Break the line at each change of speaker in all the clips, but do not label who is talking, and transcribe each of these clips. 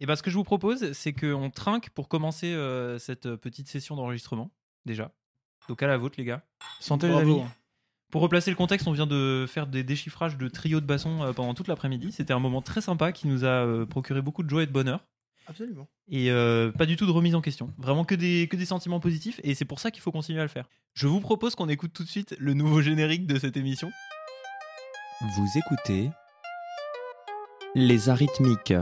Et ben, ce que je vous propose, c'est qu'on trinque pour commencer euh, cette petite session d'enregistrement, déjà. Donc à la vôtre, les gars.
Santé les
Bravo.
amis.
Pour replacer le contexte, on vient de faire des déchiffrages de trio de basson euh, pendant toute l'après-midi. C'était un moment très sympa qui nous a euh, procuré beaucoup de joie et de bonheur.
Absolument.
Et euh, pas du tout de remise en question. Vraiment que des, que des sentiments positifs. Et c'est pour ça qu'il faut continuer à le faire. Je vous propose qu'on écoute tout de suite le nouveau générique de cette émission.
Vous écoutez Les Arithmiques.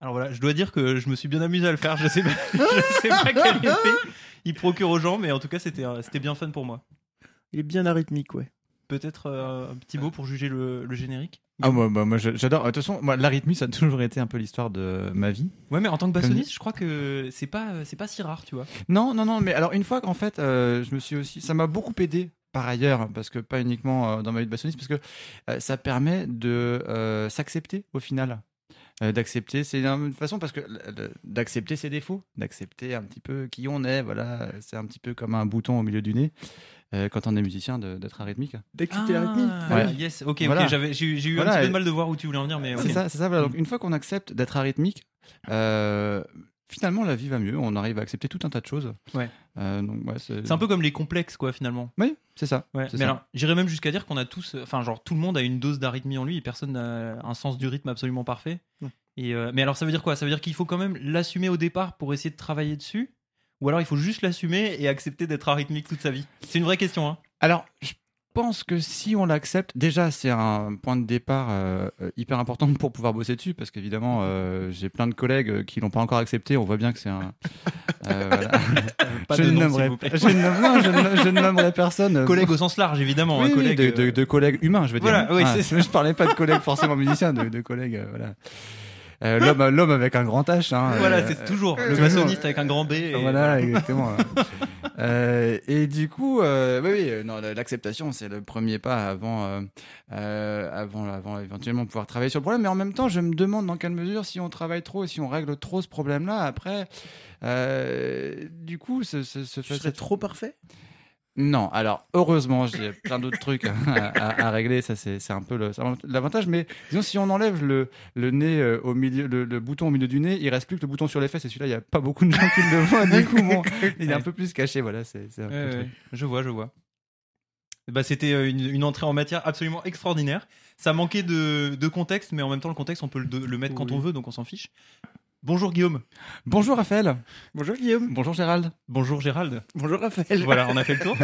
Alors voilà, je dois dire que je me suis bien amusé à le faire. Je sais pas, je sais pas quel effet il procure aux gens, mais en tout cas, c'était euh, c'était bien fun pour moi.
Il est bien arythmique, ouais.
Peut-être euh, un petit mot pour juger le, le générique
Ah moi, bah, moi je- j'adore. De toute façon, moi, l'arythmie, ça a toujours été un peu l'histoire de ma vie.
Ouais, mais en tant que bassoniste, je crois que c'est pas, euh, c'est pas si rare, tu vois.
Non, non, non, mais alors une fois qu'en fait, euh, je me suis aussi, ça m'a beaucoup aidé par ailleurs, parce que pas uniquement euh, dans ma vie de bassoniste, parce que euh, ça permet de euh, s'accepter au final. Euh, d'accepter, c'est une façon, parce que le- le- d'accepter ses défauts, d'accepter un petit peu qui on est, voilà, c'est un petit peu comme un bouton au milieu du nez, euh, quand on est musicien, de- d'être arythmique.
D'accepter l'arythmie.
Ah. Ouais.
Ah, Yes, ok, ok,
Voilà.
j'avais- j'ai j'ai eu
Voilà,
un petit peu
et-
de mal de voir où tu voulais en venir, mais ok.
C'est ça, c'est ça. voilà. Donc, une fois qu'on accepte d'être arythmique, euh, finalement, la vie va mieux. On arrive à accepter tout un tas de choses.
Ouais.
Euh, donc, ouais, c'est...
C'est un peu comme les complexes, quoi, finalement.
Oui, c'est ça.
Ouais.
c'est
Mais
ça.
alors, j'irais même jusqu'à dire qu'on a tous, euh, enfin, genre, tout le monde a une dose d'arythmie en lui et personne n'a un sens du rythme absolument parfait.
Non.
Et, euh, mais alors, ça veut dire quoi Ça veut dire qu'il faut quand même l'assumer au départ pour essayer de travailler dessus Ou alors il faut juste l'assumer et accepter d'être arythmique toute sa vie C'est une vraie question, hein.
Alors, je pense que si on l'accepte, déjà, c'est un point de départ euh, euh, hyper important pour pouvoir bosser dessus, parce qu'évidemment, euh, j'ai plein de collègues euh, qui l'ont pas encore accepté. On voit bien que c'est un. euh, voilà.
Pas
je,
de
ne
nom,
nommerai...
s'il vous plaît.
je ne nomme- non, je ne- je ne nommerai personne. euh,
Collègue au sens large, évidemment.
Oui,
hein,
oui,
collègue,
de, de- de collègues humains, je veux
Voilà,
dire.
oui,
Ah,
c'est ça.
Je parlais pas de collègues forcément musiciens, de, de collègues, euh, voilà. Euh, l'homme, l'homme avec un grand H. hein,
euh, voilà,
euh,
c'est toujours le
toujours.
maçonniste avec un grand B. et-
voilà, exactement. hein. Euh, et du coup, euh, oui, oui, euh, non, la- l'acceptation, c'est le premier pas avant, euh, euh, avant, avant éventuellement pouvoir travailler sur le problème. Mais en même temps, je me demande dans quelle mesure, si on travaille trop, si on règle trop ce problème-là, après, euh, du coup, ce, ce, ce
Tu
fait-
serais trop parfait
non, alors heureusement, j'ai plein d'autres trucs à, à- à régler, ça c'est c'est un peu le- c'est l'avantage, mais disons si on enlève le, le nez euh, au milieu, le, le bouton au milieu du nez, il reste plus que le bouton sur les fesses, et celui-là, il n'y a pas beaucoup de gens qui le voient, du coup, bon, il est un peu plus caché, voilà, c'est c'est un peu
Ouais,
le truc.
ouais, je vois, je vois. Eh ben, c'était euh, une, une entrée en matière absolument extraordinaire. Ça manquait de, de contexte, mais en même temps, le contexte, on peut le, le mettre quand
Oui.
on veut, donc on s'en fiche. Bonjour Guillaume.
Bonjour Raphaël,
Bonjour Guillaume.
bonjour Gérald.
Bonjour Gérald.
Bonjour Raphaël.
Voilà, on a fait le tour.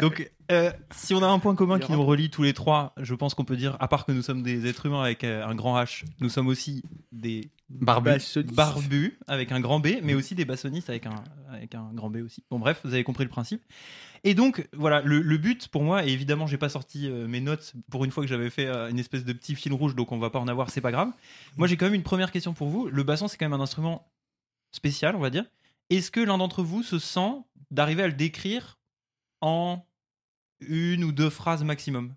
Donc, euh, si on a un point commun qui
Gérald.
nous relie tous les trois, je pense qu'on peut dire, à part que nous sommes des êtres humains avec euh, un grand H, nous sommes aussi des
Barbu.
Bassoniste.
barbus avec un grand B, mais aussi des bassonistes avec un, avec un grand B aussi. Bon, bref, vous avez compris le principe. Et donc, voilà, le, le but pour moi, et évidemment, j'ai pas sorti euh, mes notes pour une fois que j'avais fait euh, une espèce de petit fil rouge, donc on va pas en avoir, c'est pas grave. Moi, j'ai quand même une première question pour vous. Le basson, c'est quand même un instrument spécial, on va dire. Est-ce que l'un d'entre vous se sent d'arriver à le décrire en une ou deux phrases maximum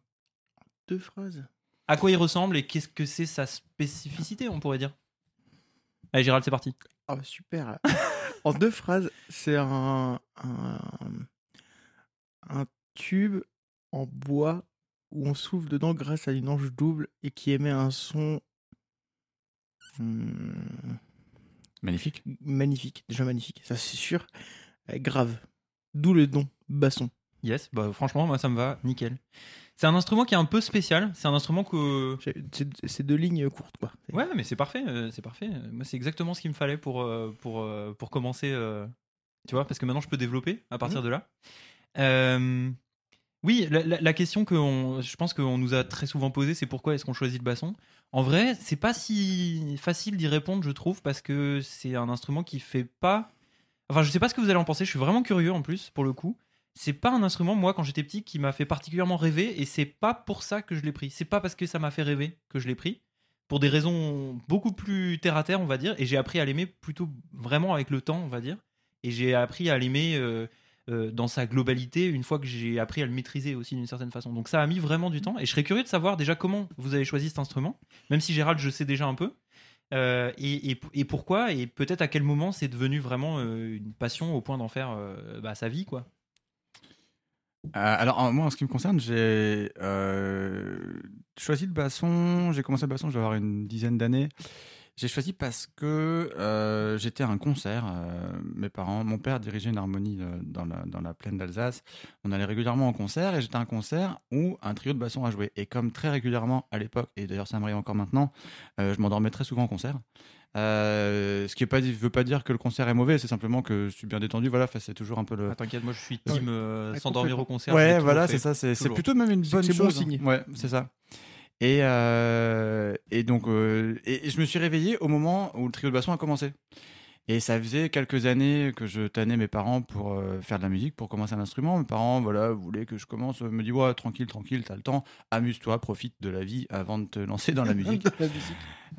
Deux phrases.
À quoi il ressemble et qu'est-ce que c'est sa spécificité, on pourrait dire Allez, Gérald, c'est parti.
Ah bah, super. en deux phrases, c'est un, un un tube en bois où on souffle dedans grâce à une ange double et qui émet un son hmm,
Magnifique.
magnifique, déjà magnifique, ça c'est sûr, Euh, grave. D'où le don, basson.
Yes, bah franchement, moi ça me va, nickel. C'est un instrument qui est un peu spécial, c'est un instrument que.
J'ai- C'est c'est deux lignes courtes quoi.
Ouais, mais c'est parfait, euh, c'est parfait. Euh, Moi, c'est exactement ce qu'il me fallait pour, euh, pour, euh, pour commencer, euh, tu vois, parce que maintenant je peux développer à partir de là. Euh, oui, la, la- la question que on- je pense qu'on nous a très souvent posée, c'est pourquoi est-ce qu'on choisit le basson En vrai, c'est pas si facile d'y répondre, je trouve, parce que c'est un instrument qui fait pas. Enfin, je sais pas ce que vous allez en penser, je suis vraiment curieux en plus, pour le coup. C'est pas un instrument, moi, quand j'étais petit, qui m'a fait particulièrement rêver, et c'est pas pour ça que je l'ai pris. C'est pas parce que ça m'a fait rêver que je l'ai pris pour des raisons beaucoup plus terre à terre, on va dire, et j'ai appris à l'aimer plutôt vraiment avec le temps, on va dire, et j'ai appris à l'aimer euh, euh, dans sa globalité une fois que j'ai appris à le maîtriser aussi d'une certaine façon. Donc ça a mis vraiment du temps, et je serais curieux de savoir déjà comment vous avez choisi cet instrument, même si Gérald, je sais déjà un peu. Euh, et, et- et pourquoi Et peut-être à quel moment c'est devenu vraiment euh, une passion au point d'en faire euh, bah, sa vie, quoi.
Euh, alors, en- moi, en ce qui me concerne, j'ai euh, choisi le basson. J'ai commencé le basson, je dois avoir une dizaine d'années. J'ai choisi parce que euh, j'étais à un concert. euh, mes parents, mon père dirigeait une harmonie euh, dans la, dans la plaine d'Alsace. On allait régulièrement en concert et j'étais à un concert où un trio de basson a joué. Et comme très régulièrement à l'époque, et d'ailleurs ça m'arrive encore maintenant, euh, je m'endormais très souvent en concert. Euh, ce qui ne veut pas dire que le concert est mauvais, c'est simplement que je suis bien détendu. Voilà, enfin, c'est toujours un peu le,
Ah, T'inquiète, moi je suis team euh,
Ouais,
s'endormir
complètement.
au concert. je l'ai
Ouais,
toujours
voilà,
fait.
c'est ça. C'est c'est
Toujours.
plutôt même une
C'est-
bonne
c'est
chose. hein.
bon signe.
Ouais, c'est ça. Et, euh, et donc, euh, et, et je me suis réveillé au moment où le trio de basson a commencé. Et ça faisait quelques années que je tannais mes parents pour euh, faire de la musique, pour commencer un instrument. Mes parents, voilà, voulaient que je commence. euh, me dit, ouais, tranquille, tranquille, t'as le temps, amuse-toi, profite de la vie avant de te lancer dans la musique.
La musique.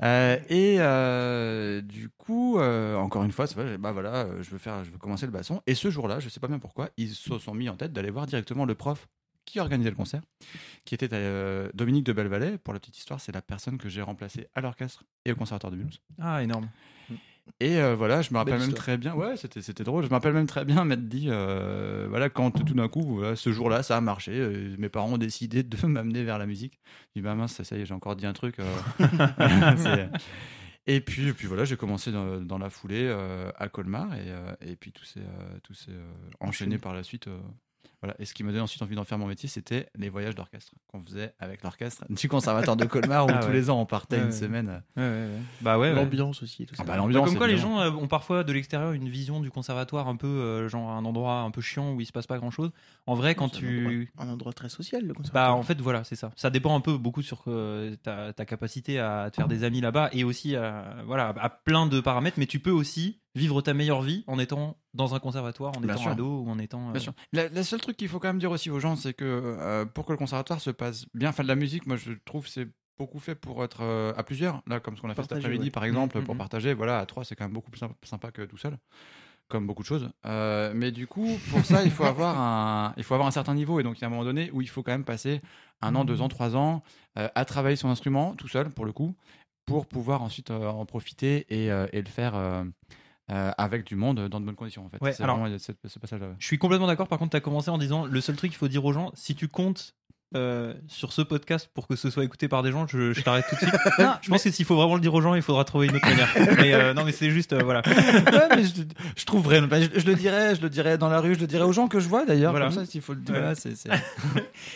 Euh, et euh, du coup, euh, encore une fois, c'est vrai, bah voilà, euh, je veux faire, je veux commencer le basson. Et ce jour-là, je sais pas bien pourquoi, ils se sont mis en tête d'aller voir directement le prof qui organisait le concert, qui était euh, Dominique de Belvalet. Pour la petite histoire, c'est la personne que j'ai remplacée à l'orchestre et au conservatoire de Mulhouse.
Ah, énorme.
Et euh, voilà, je me rappelle
Belle
même
histoire.
très bien. Ouais, c'était c'était drôle. Je me rappelle même très bien m'être dit, euh, voilà, quand tout d'un coup, voilà, ce jour-là, ça a marché. euh, mes parents ont décidé de m'amener vers la musique. Je dis, bah mince, ça, ça y est, j'ai encore dit un truc. euh. C'est- et puis, et puis voilà, j'ai commencé dans, dans la foulée euh, à Colmar et, euh, et puis tout s'est euh, tout s'est, euh, enchaîné par la suite. euh, voilà. Et ce qui m'a donné ensuite envie d'en faire mon métier, c'était les voyages d'orchestre qu'on faisait avec l'orchestre du conservatoire de Colmar où
Ah
tous
ouais.
les ans on partait
Ouais,
une
ouais.
semaine.
Ouais, ouais, ouais. Bah ouais. ouais.
L'ambiance aussi. Tout ça.
Ah bah, l'ambiance,
Comme quoi, les
évidemment.
gens euh, ont parfois de l'extérieur une vision du conservatoire un peu euh, genre un endroit un peu chiant où il se passe pas grand chose. En vrai, quand
C'est un
tu
endroit- un endroit très social, le concert.
bah en fait voilà c'est ça ça dépend un peu beaucoup sur euh, ta, ta capacité à te faire des amis là-bas et aussi à, voilà à plein de paramètres mais tu peux aussi vivre ta meilleure vie en étant dans un conservatoire en
Bien
étant
sûr.
ado ou en étant euh,
Bien sûr. La, la seule truc qu'il faut quand même dire aussi aux gens, c'est que euh, pour que le conservatoire se passe bien, enfin de la musique, moi je trouve c'est beaucoup fait pour être euh, à plusieurs, là comme ce qu'on a fait
Partager,
cet après-midi
ouais.
par exemple,
Mhm,
pour
mhm.
partager, voilà, à trois c'est quand même beaucoup plus sympa- sympa que tout seul, comme beaucoup de choses. Euh, mais du coup, pour ça, il faut avoir un, il faut avoir un certain niveau et donc il y a un moment donné où il faut quand même passer un an, deux ans, trois ans euh, à travailler son instrument tout seul pour le coup, pour pouvoir ensuite euh, en profiter et, euh, et le faire. euh, euh, avec du monde euh, dans de bonnes conditions en fait.
Ouais,
c'est
alors-
vraiment il y a cette- ce passage-là. ouais.
Je suis complètement d'accord. Par contre, tu as commencé en disant le seul truc qu'il faut dire aux gens, si tu comptes euh, sur ce podcast pour que ce soit écouté par des gens, je, je t'arrête tout de suite. je pense que s'il faut vraiment le dire aux gens, il faudra trouver une autre manière. mais euh, non, mais c'est juste, euh, voilà.
Ouais, mais je, je trouverai. bah, je, je le dirai, je le dirai dans la rue, je le dirai aux gens que je vois d'ailleurs.
Voilà.
Comme ça, s'il faut le dire.
Voilà.
voilà, c'est- c'est-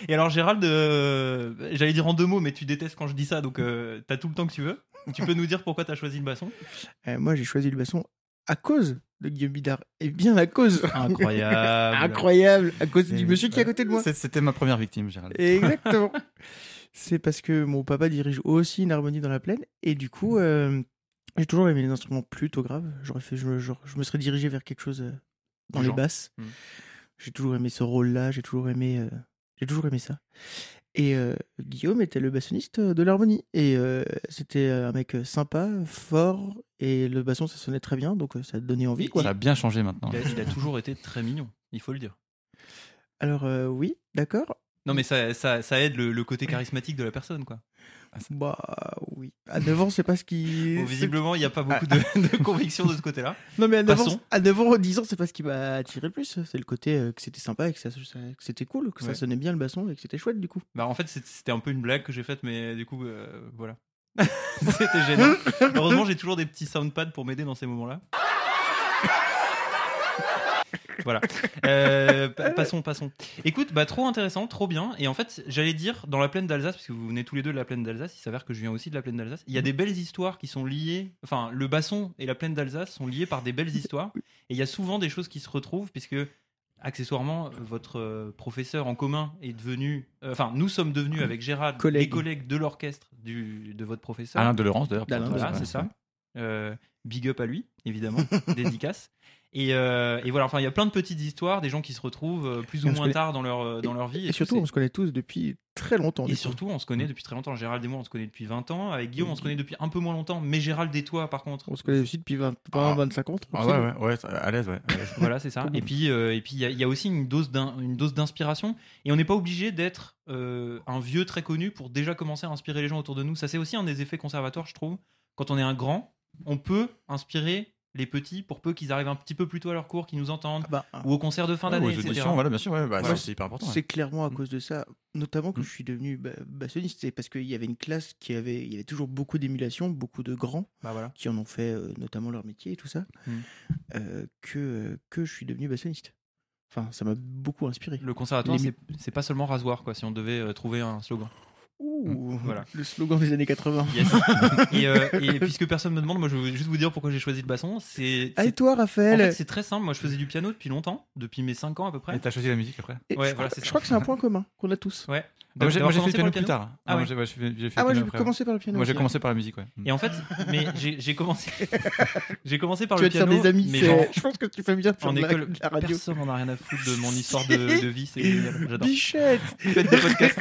Et alors, Gérald, euh, j'allais dire en deux mots, mais tu détestes quand je dis ça, donc euh, t'as tout le temps que tu veux. Tu peux nous dire pourquoi t'as choisi le basson
Euh, moi, j'ai choisi le basson à cause de Guillaume Bidard. Et bien à cause.
Ah, Incroyable.
Incroyable. À cause
Et-
Ah, du monsieur qui est à côté de moi.
C'est- C'était ma première victime, Gérald.
Exactement. c'est parce que mon papa dirige aussi une harmonie dans la plaine. Et du
Mm.
coup, euh, j'ai toujours aimé les instruments plutôt graves. J'aurais fait, je, je- je me serais dirigé vers quelque chose euh, dans
Du
les
genre.
basses.
Mm.
J'ai toujours aimé ce rôle-là. J'ai toujours aimé. euh, j'ai toujours aimé ça. Et euh, Guillaume était le bassoniste euh, de l'harmonie. Et euh, c'était euh, un mec euh, sympa, fort. Et le basson, ça sonnait très bien. Donc euh, ça donnait envie. Quoi.
Ça a bien changé maintenant.
Il a, il a toujours été très mignon, il faut le dire.
Alors euh, oui, d'accord.
Non, mais ça, ça, ça aide le, le côté charismatique de la personne, quoi.
Bah oui. À 9 ans, c'est pas ce qui.
Bon,
c'est-
visiblement, il n'y a pas beaucoup de, de conviction de ce côté-là.
Non mais à 9
Passons.
ans, à 9 ans, 10 ans, c'est pas ce qui m'a attiré le plus. C'est le côté euh, que c'était sympa et que, ça, ça- que c'était cool, que
Ouais.
ça sonnait bien le basson et que c'était chouette du coup.
Bah en fait c'est- c'était un peu une blague que j'ai faite mais du coup euh, voilà. c'était gênant. Heureusement j'ai toujours des petits soundpads pour m'aider dans ces moments-là. Voilà. Euh, pa- passons, passons. Écoute, bah trop intéressant, trop bien. Et en fait, j'allais dire dans la plaine d'Alsace, parce que vous venez tous les deux de la plaine d'Alsace, il s'avère que je viens aussi de la plaine d'Alsace. Il y a des belles histoires qui sont liées. Enfin, le basson et la plaine d'Alsace sont liés par des belles histoires. Et il y a souvent des choses qui se retrouvent, puisque accessoirement, votre euh, professeur en commun est devenu. euh, Enfin, nous sommes devenus avec Gérard
Collègue.
les collègues de l'orchestre du de votre professeur.
Alain de Laurence d'ailleurs.
Alain
Voilà,
Hein, Ouais,
c'est ça. Euh, big up à lui, évidemment, dédicace. Et, euh, et voilà, enfin, il y a plein de petites histoires, des gens qui se retrouvent euh, plus
Et
ou
on se
moins
connaît-
tard dans leur, euh, dans leur vie.
Et, surtout,
tout,
on se connaît tous depuis très longtemps.
c'est- et
du coup.
surtout, on se connaît depuis très longtemps. Gérald et moi, on se connaît depuis 20 ans. Avec Guillaume, on se connaît depuis un peu moins longtemps. Mais Gérald et toi, par contre,
on se connaît aussi depuis 20, 20,
Ah.
25 ans.
Ah
30.
ouais, ouais, ouais, à l'aise, ouais. à l'aise.
Voilà, c'est ça. Et puis, euh, et puis, il y, a- il y a aussi une dose d'in- une dose d'inspiration. Et on n'est pas obligé d'être euh, un vieux très connu pour déjà commencer à inspirer les gens autour de nous. Ça, c'est aussi un des effets conservatoires, je trouve, quand on est un grand, on peut inspirer les petits pour peu qu'ils arrivent un petit peu plus tôt à leur cours, qu'ils nous entendent,
Ah bah,
ou aux concerts de fin
Ouais,
d'année,
aux
etc.
auditions, voilà, bien sûr, ouais, bah,
Voilà.
c'est hyper important.
C'est clairement à cause de ça, notamment que
Mm.
je suis devenu ba- bassoniste. C'est parce qu'il y avait une classe qui avait, il y avait toujours beaucoup d'émulation, beaucoup de grands
Bah voilà.
qui en ont fait euh, notamment leur métier et tout ça,
Mm.
euh, que, euh, que je suis devenu bassoniste. Enfin, ça m'a beaucoup inspiré.
Le conservatoire,
Les mi-
c'est c'est pas seulement rasoir, quoi, si on devait euh, trouver un slogan.
Ouh,
Voilà.
le slogan des années 80.
Yes. et, euh, et puisque personne me demande, moi je veux juste vous dire pourquoi j'ai choisi le basson. C'est
Ah, et
c'est-
toi,
en
Raphaël
fait, c'est très simple. Moi je faisais du piano depuis longtemps, depuis mes 5 ans à peu
Et
près.
t'as choisi la musique après
Et
Ouais, voilà,
je, crois,
c'est
je
ça.
crois que c'est un point commun qu'on a tous.
Ouais.
Moi, j'ai
D'avoir
moi, j'ai fait le
commencé par
piano plus tard.
Ah
Non,
ouais.
j'ai- ouais, j'ai fait- j'ai
Ah,
fait le
moi,
piano
j'ai
après, ouais.
commencé par le piano.
Moi, j'ai
aussi.
commencé par la musique, ouais.
Et en fait, mais j'ai j'ai commencé, j'ai commencé par
Tu
le
vas te faire
piano.
des amis.
mais
c'est-
genre,
Je pense que tu fais bien de faire
en
de la,
école,
de la radio.
personne n'en a rien à foutre de mon histoire de, de vie. C'est génial. J'adore.
Bichette
Faites des podcasts.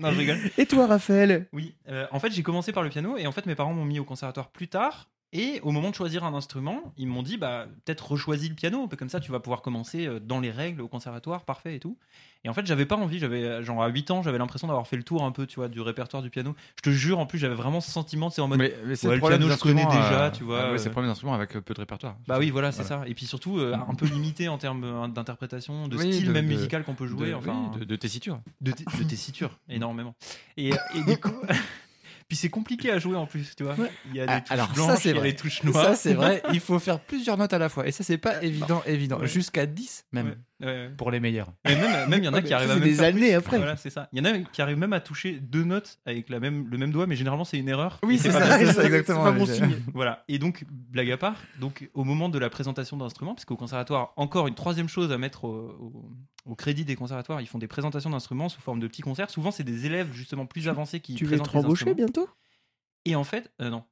non, je rigole.
Et toi, Raphaël
Oui. euh, en fait, j'ai commencé par le piano et en fait, mes parents m'ont mis au conservatoire plus tard. Et au moment de choisir un instrument, ils m'ont dit bah peut-être rechoisis le piano, un peu comme ça tu vas pouvoir commencer euh, dans les règles au conservatoire, parfait et tout. Et en fait, j'avais pas envie, j'avais euh, genre à 8 ans, j'avais l'impression d'avoir fait le tour un peu, tu vois, du répertoire du piano. Je te jure en plus, j'avais vraiment ce sentiment, c'est en mode
Mais, mais c'est
Ouais, le
le problème
piano,
des
je connais
instruments,
déjà,
euh,
tu vois,
ah ouais,
euh.
c'est le problème d'instrument avec euh, peu de répertoire.
Bah oui, voilà, c'est
Voilà.
ça. Et puis surtout, euh, un peu limité en termes euh, d'interprétation, de
Oui,
style
de-
même
de-
musical qu'on peut
De-
jouer,
oui,
enfin,
de, de tessiture.
de, té- de tessiture, énormément. Et, euh, et du coup, puis c'est compliqué à jouer en plus, tu vois.
Ouais.
Il y a
Ah,
des touches
alors, ça,
blanches,
c'est
il y a
vrai.
des touches noires.
c'est vrai, il faut faire plusieurs notes à la fois. Et ça, c'est pas évident, évident.
Bah, Ouais.
Jusqu'à 10,
Ouais, ouais, ouais.
pour les meilleurs.
Et même, même il y en a
Ouais,
qui
mais
arrivent
ça,
à
c'est
même
des
faire
années
plus.
après.
Voilà, c'est ça. Il y en a qui arrivent même à toucher deux notes avec la même, le même doigt, mais généralement c'est une erreur.
Oui,
Et
c'est
pas
ça,
bon.
c'est ça, exactement.
C'est pas bon
J'ai-
signe.
Voilà. Et donc, blague à part, donc au moment de la présentation d'instruments, parce qu'au conservatoire, encore une troisième chose à mettre au, au- au crédit des conservatoires, ils font des présentations d'instruments sous forme de petits concerts. Souvent, c'est des élèves justement plus avancés qui
Tu veux
présentent
être
les
embauché
instruments.
bientôt
Et en fait, euh, non.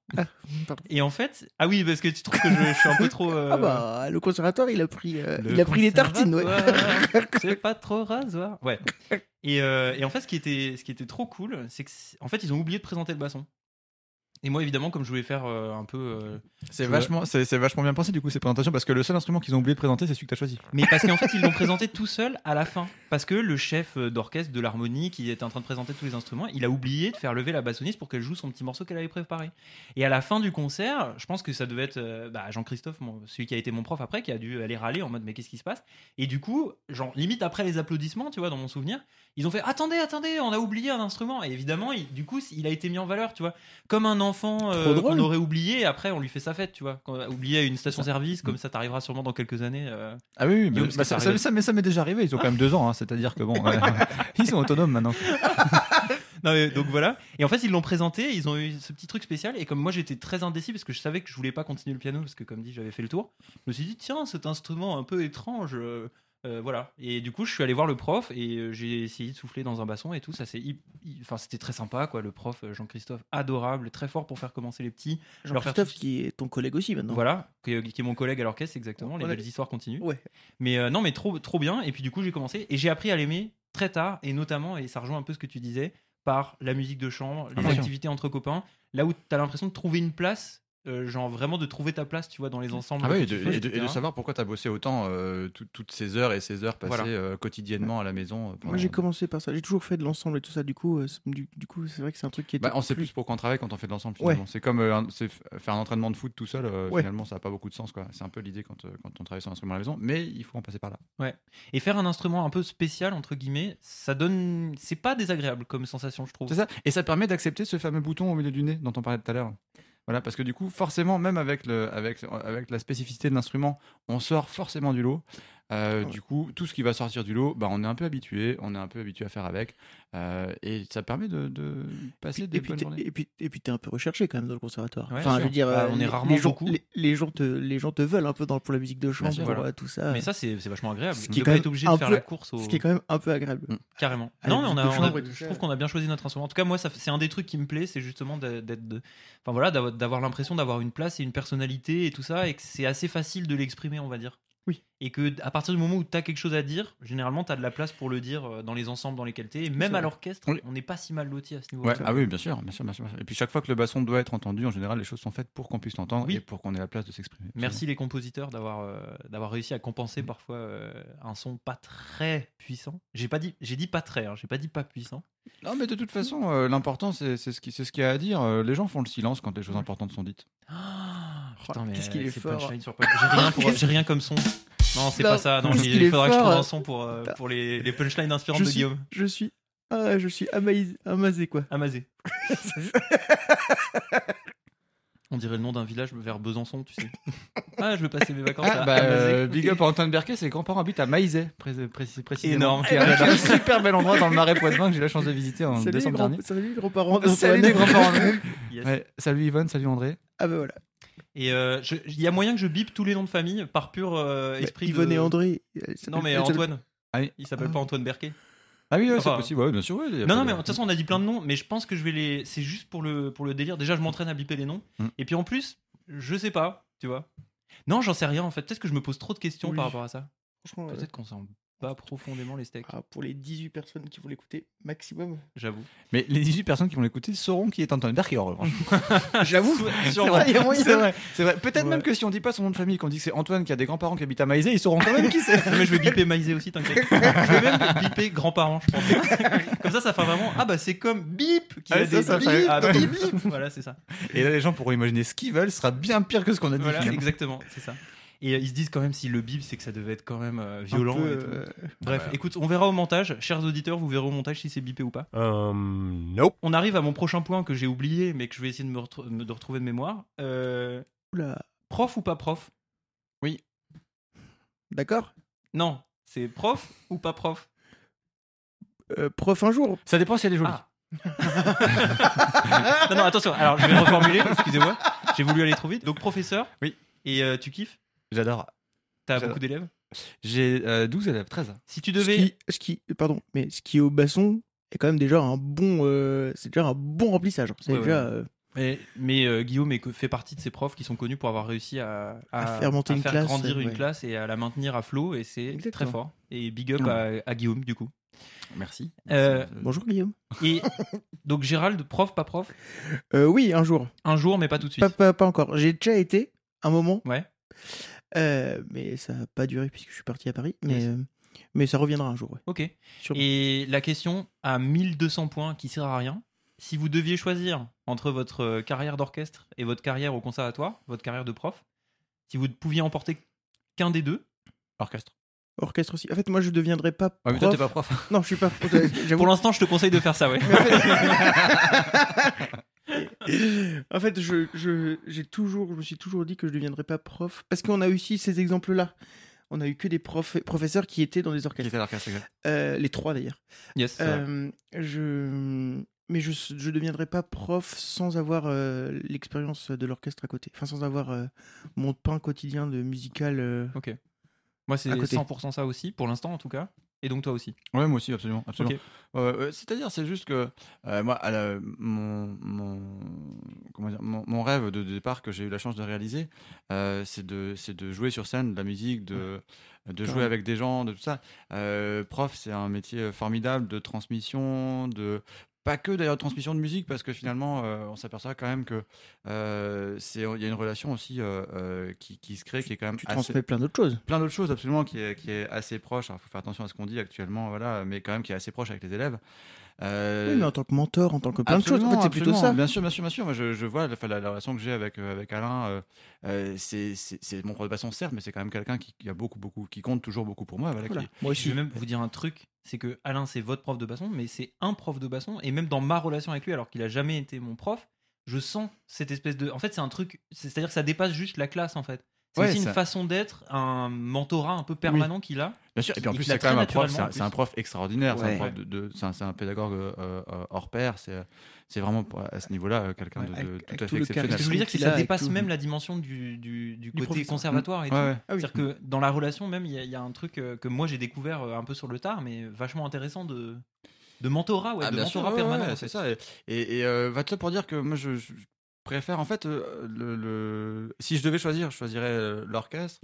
Pardon.
Et en fait, ah oui, parce que tu trouves que je, je suis un peu trop. euh,
Ah bah, le conservatoire, il a pris, euh,
Le
il a pris les tartines, ouais.
Rasoir, C'est pas trop rasoir. Ouais. Et, euh, et en fait, ce qui était, ce qui était trop cool, c'est que c'est- en fait, ils ont oublié de présenter le basson. Et moi, évidemment, comme je voulais faire euh, un peu. euh,
C'est
Ouais.
vachement, c'est c'est vachement bien pensé, du coup, ces présentations, parce que le seul instrument qu'ils ont oublié de présenter, c'est celui que t'as choisi.
Mais parce qu'en fait, ils l'ont présenté tout seul à la fin. Parce que le chef euh, d'orchestre de l'harmonie qui était en train de présenter tous les instruments, il a oublié de faire lever la bassoniste pour qu'elle joue son petit morceau qu'elle avait préparé. Et à la fin du concert, je pense que ça devait être euh, bah, Jean-Christophe, mon- celui qui a été mon prof après, qui a dû aller râler en mode mais qu'est-ce qui se passe Et du coup, genre, limite après les applaudissements, tu vois, dans mon souvenir, ils ont fait attendez, attendez, on a oublié un instrument. Et évidemment, il- du coup, il a été mis en valeur, tu vois. Comme un enfant euh,
Trop drôle.
qu'on aurait oublié, après on lui fait sa fête, tu vois. Qu'on a oublié à une station-service, comme ça t'arrivera sûrement dans quelques années. euh,
Ah oui, oui, mais
Guillaume,
bah,
ça
ça,
t'est
ça-
arrivé.
ça- mais ça m'est déjà arrivé, ils ont quand même deux ans, hein, c'est-à-dire que bon, euh, ils sont autonomes maintenant.
Non, mais donc voilà. Et en fait, ils l'ont présenté, ils ont eu ce petit truc spécial. Et comme moi, j'étais très indécis parce que je savais que je voulais pas continuer le piano parce que, comme dit, j'avais fait le tour. Je me suis dit, tiens, cet instrument un peu étrange. euh, euh, voilà. Et du coup, je suis allé voir le prof et euh, j'ai essayé de souffler dans un basson et tout. Ça, c'est, hip- hi- enfin, c'était très sympa, quoi. Le prof euh, Jean-Christophe, adorable, très fort pour faire commencer les petits.
Jean-Christophe, qui est ton collègue aussi maintenant.
Voilà, qui, qui est mon collègue à l'orchestre, exactement.
Voilà.
Les belles histoires continuent.
Ouais.
Mais euh, non, mais trop, trop bien. Et puis du coup, j'ai commencé et j'ai appris à l'aimer très tard, et notamment, et ça rejoint un peu ce que tu disais, par la musique de chambre, les
bien sûr.
activités entre copains, là où tu as l'impression de trouver une place, euh, genre vraiment de trouver ta place, tu vois, dans les ensembles.
Ah
que
oui,
tu
de-
fais,
et, de, et de
etc.
savoir pourquoi t'as bossé autant euh, tout- toutes ces heures et ces heures passées
Voilà.
euh, quotidiennement à la maison. euh, pendant-
Moi, j'ai commencé par ça. J'ai toujours fait de l'ensemble et tout ça. Du coup, euh, c'est- du, du coup, c'est vrai que c'est un truc qui était
Bah, on sait plus pourquoi on travaille quand on fait de l'ensemble.
Ouais.
finalement. C'est comme euh, un- c'est f- faire un entraînement de foot tout seul. euh,
Ouais.
Finalement, ça n'a pas beaucoup de sens. quoi. C'est un peu l'idée quand, euh, quand on travaille sur un instrument à la maison, mais il faut en passer par là.
Et faire un instrument un peu spécial, entre guillemets, ça donne. C'est pas désagréable comme sensation, je trouve.
C'est ça. Et ça te permet d'accepter ce fameux bouton au milieu du nez dont on parlait tout à l'heure. Voilà, parce que du coup, forcément, même avec, le, avec, avec la spécificité de l'instrument, on sort forcément du lot. Euh,
Ouais.
Du coup, tout ce qui va sortir du lot, bah, on est un peu habitué, on est un peu habitué à faire avec. Euh, et ça permet de, de passer
Et
des
puis,
bonnes
t'es-
journées.
et puis, et puis t'es un peu recherché quand même dans le conservatoire.
Ouais, bien
enfin, je
sûr.
veux dire,
Bah,
euh,
on est
les-
rarement
les gens,
beaucoup.
les, les gens te, les gens te veulent un peu dans, pour la musique de chambre,
sûr.
pour
Voilà.
euh, tout ça.
Mais ça, c'est c'est vachement agréable.
Ce
Ce
qui est
qui
quand
pas être
même
obligé de
un
faire
peu-
la course au.
ce qui est quand même un peu agréable.
Carrément.
À la
Non, mais on
visite
a,
de
on a-
chambre et tout
je
ça.
trouve qu'on a bien choisi notre instrument. En tout cas, moi, ça, c'est un des trucs qui me plaît, c'est justement d'a- d'être, de- enfin voilà, d'avoir, d'avoir l'impression d'avoir une place et une personnalité et tout ça, et que c'est assez facile de l'exprimer, on va dire.
Oui.
Et que à partir du moment où tu as quelque chose à dire, généralement tu as de la place pour le dire euh, dans les ensembles dans lesquels tu es. Et même
vrai.
à l'orchestre,
Oui.
on n'est pas si mal loti à ce niveau-là.
Ouais, ah oui, bien sûr, bien sûr, bien sûr, bien sûr. Et puis chaque fois que le basson doit être entendu, en général, les choses sont faites pour qu'on puisse l'entendre
Oui.
et pour qu'on ait la place de s'exprimer.
Merci les compositeurs d'avoir euh, d'avoir réussi à compenser parfois euh, un son pas très puissant. J'ai pas dit j'ai dit pas très, hein, j'ai pas dit pas puissant.
Non, mais de toute façon, euh, l'important, c'est c'est ce qui- c'est ce qu'il y a à dire. Euh, les gens font le silence quand les choses importantes sont dites.
Ah,
Oh,
putain, mais
qu'est-ce qu'il est
c'est
fort.
punchline sur punchline. J'ai rien, pour- j'ai rien comme son. Non, c'est
Non,
pas ça. Non,
qu'est-ce
il,
qu'il est
faudra que je trouve
fort.
un son pour, euh, pour les, les punchlines inspirantes
Je
de
suis-
Guillaume.
Je suis. Ah, je suis amaïs- amasé, quoi.
Amazé. On dirait le nom d'un village vers Besançon, tu sais. Ah, je vais passer mes vacances
Ah,
à
bah,
Amazé.
euh, big up à Antoine Berquet, ses grands-parents habitent à Maizet, pré- pré- précisément.
Énorme.
Qui est un un super bel endroit dans le marais poitevin que j'ai eu la chance de visiter en
Salut les,
décembre
grands,
dernier.
salut les grands-parents
Salut
d'Antoine.
les grands-parents.
Yes.
Ouais, salut Yvonne, salut André.
Ah bah voilà.
Et euh, je- il y a moyen que je bip tous les noms de famille par pur euh,
Bah,
esprit.
Yvonne
de...
et André. euh, ils
Non,
s'appellent-
mais
ils s'appellent-
Antoine.
Ah oui.
Il s'appelle
Ah.
pas Antoine Berquet.
Ah oui, ouais,
Enfin,
c'est possible, ouais, bien sûr. ouais, y a
Non,
pas
non,
de-
mais de toute façon, on a dit plein de noms, mais je pense que je vais les. C'est juste pour le, pour le délire. Déjà, je m'entraîne à biper les noms.
Mm.
Et puis en plus, je sais pas, tu vois. Non, j'en sais rien en fait. Peut-être que je me pose trop de questions
Oui.
par rapport à ça.
Franchement, euh,
Peut-être qu'on s'en bat profondément les steaks,
ah, pour les 18 personnes qui vont l'écouter, maximum.
Ah.
j'avoue.
Mais les 18 personnes qui vont l'écouter sauront qui est Antoine Berquet en revanche.
J'avoue
Ah, C'est vrai, c'est vrai, c'est vrai. Peut-être
Ouais.
même que si on dit pas son nom de famille, qu'on dit que c'est Antoine qui a des grands-parents qui habitent à Maizé, ils sauront quand même qui c'est.
Non, mais je vais biper Maïsé aussi, t'inquiète. Je vais même biper grands-parents, je pense. comme ça, ça fera vraiment. Ah bah c'est comme bip qui
Ah,
a
ça,
des
ça
bips,
fait-
ah, bip, bip. Voilà, c'est ça.
Et là, les gens pourront imaginer ce qu'ils veulent, ce sera bien pire que ce qu'on a dit.
Voilà,
finalement.
exactement, c'est ça. Et euh, ils se disent quand même si le bip, c'est que ça devait être quand même euh,
Un
violent.
peu,
et tout.
euh,
Bref,
Ah bah.
écoute, on verra au montage. Chers auditeurs, vous verrez au montage si c'est bipé ou pas.
Euh,
Um, nope.
On arrive à mon prochain point que j'ai oublié, mais que je vais essayer de me, retru- me- de retrouver de mémoire. Euh,
oula.
prof ou pas prof
D'accord
Non, c'est prof ou pas prof
Euh, Prof un jour.
Ça dépend si elle est jolie.
Ah. Non, non, attention. Alors, je vais reformuler. Excusez-moi, j'ai voulu aller trop vite. Donc, professeur.
Oui.
Et euh, tu kiffes
J'adore.
T'as
J'adore.
beaucoup d'élèves
J'ai euh, 12 élèves, 13.
Si tu
Ce
devais.
qui, ce qui- pardon, mais ce qui est au basson est quand même déjà un bon, euh, c'est déjà un bon remplissage. C'est
Ouais,
déjà euh,
Mais, mais, euh, Guillaume est que- fait partie de ces profs qui sont connus pour avoir réussi à,
À faire monter une
faire
classe,
grandir une
ouais.
classe et à la maintenir à flot, et c'est
Exactement.
très fort. Et big up à, à Guillaume, du coup.
Merci.
Euh,
bonjour Guillaume.
Et donc, Gérald, prof, pas prof
Euh, oui, un jour.
Un jour, mais pas tout de suite.
Pas, pas, pas encore. J'ai déjà été un moment,
Ouais.
euh, mais ça n'a pas duré puisque je suis parti à Paris. Mais,
Yes.
euh, mais ça reviendra un jour. ouais.
Ok.
Sûrement.
Et la question à 1200 points qui sert à rien. Si vous deviez choisir entre votre euh, carrière d'orchestre et votre carrière au conservatoire, votre carrière de prof, si vous ne pouviez emporter qu'un des deux,
Orchestre.
Orchestre aussi. En fait, moi, je deviendrai pas prof.
Ouais, Ah, mais toi, t'es pas prof.
Non, je suis pas prof. J'avoue.
pour l'instant, je te conseille de faire ça, ouais.
en fait, je, je, j'ai toujours, je me suis toujours dit que je ne deviendrais pas prof. Parce qu'on a eu aussi ces exemples-là. On a eu que des profs, professeurs qui étaient dans des
Qui
orchestres.
était à l'orchestre, exact.
Euh, les trois d'ailleurs.
Yes.
Euh, je... mmh, Mais je ne deviendrai pas prof sans avoir euh, l'expérience de l'orchestre à côté. Enfin, sans avoir euh, mon pain quotidien de musical. euh.
Moi, c'est
à côté.
100% ça aussi, pour l'instant en tout cas. Et donc toi aussi.
Ouais, moi aussi, absolument. absolument.
Ok.
Euh, euh, C'est-à-dire, c'est juste que euh, moi, à la- mon, mon, comment dire, mon, mon rêve de départ que j'ai eu la chance de réaliser, euh, c'est de, c'est de jouer sur scène, de la musique, de, de jouer
Ouais.
avec des gens, de tout ça. Euh, prof, c'est un métier euh, formidable de transmission, de pas que d'ailleurs de transmission de musique, parce que finalement, euh, on s'aperçoit quand même que euh, c'est- il y a une relation aussi euh, euh, qui, qui se crée, qui est quand même
Tu
assez-
transmets plein d'autres choses.
plein d'autres choses absolument qui est, qui est assez proche. Il faut faire attention à ce qu'on dit actuellement, voilà, mais quand même qui est assez proche avec les élèves. Euh,
Oui, mais en tant que mentor, en tant que plein de choses. En fait, c'est plutôt
absolument.
ça.
Bien sûr, bien sûr, bien sûr. Moi, je, je vois la, la- la relation que j'ai avec, euh, avec Alain. euh, euh, c'est- c'est c'est mon prof de basson, certes, mais c'est quand même quelqu'un qui, qui a beaucoup, beaucoup, qui compte toujours beaucoup pour moi. Voilà,
Voilà.
qui-
Moi
Je vais même vous dire un truc, c'est que Alain, c'est votre prof de basson, mais c'est un prof de basson, et même dans ma relation avec lui, alors qu'il a jamais été mon prof, je sens cette espèce de. En fait, c'est un truc. c'est- C'est-à-dire que ça dépasse juste la classe, en fait. C'est
Ouais,
aussi
ça-
une façon d'être, un mentorat un peu permanent qu'il a.
Bien sûr, et puis en
Il
plus,
l'a
c'est quand même
très
un prof,
naturellement,
c'est
en
un,
plus.
c'est un prof extraordinaire, c'est
Ouais.
un, prof de, de- c'est un, c'est un pédagogue euh, euh, hors pair, c'est c'est vraiment à ce niveau-là euh, quelqu'un
Ouais,
de- de,
avec-
tout
avec tout
à fait
le
Parce
exceptionnel.
que je veux dire que
Qu'il
ça
a et
dépasse
tout.
même la dimension du, du, du
Du
côté
professeur.
conservatoire et tout.
Ouais, ouais.
Ah oui.
C'est-à-dire que dans la relation même, il y, a- il y a un truc euh, que moi j'ai découvert euh, un peu sur le tard, mais vachement intéressant de, de mentorat, ouais,
Ah,
de
bien
mentorat
sûr, ouais, ouais,
permanent.
ouais,
en
c'est
fait.
ça. Et, et, et, euh, va-t'en pour dire que moi, je, je préfère en fait euh, le, le- Si je devais choisir, je choisirais euh, l'orchestre.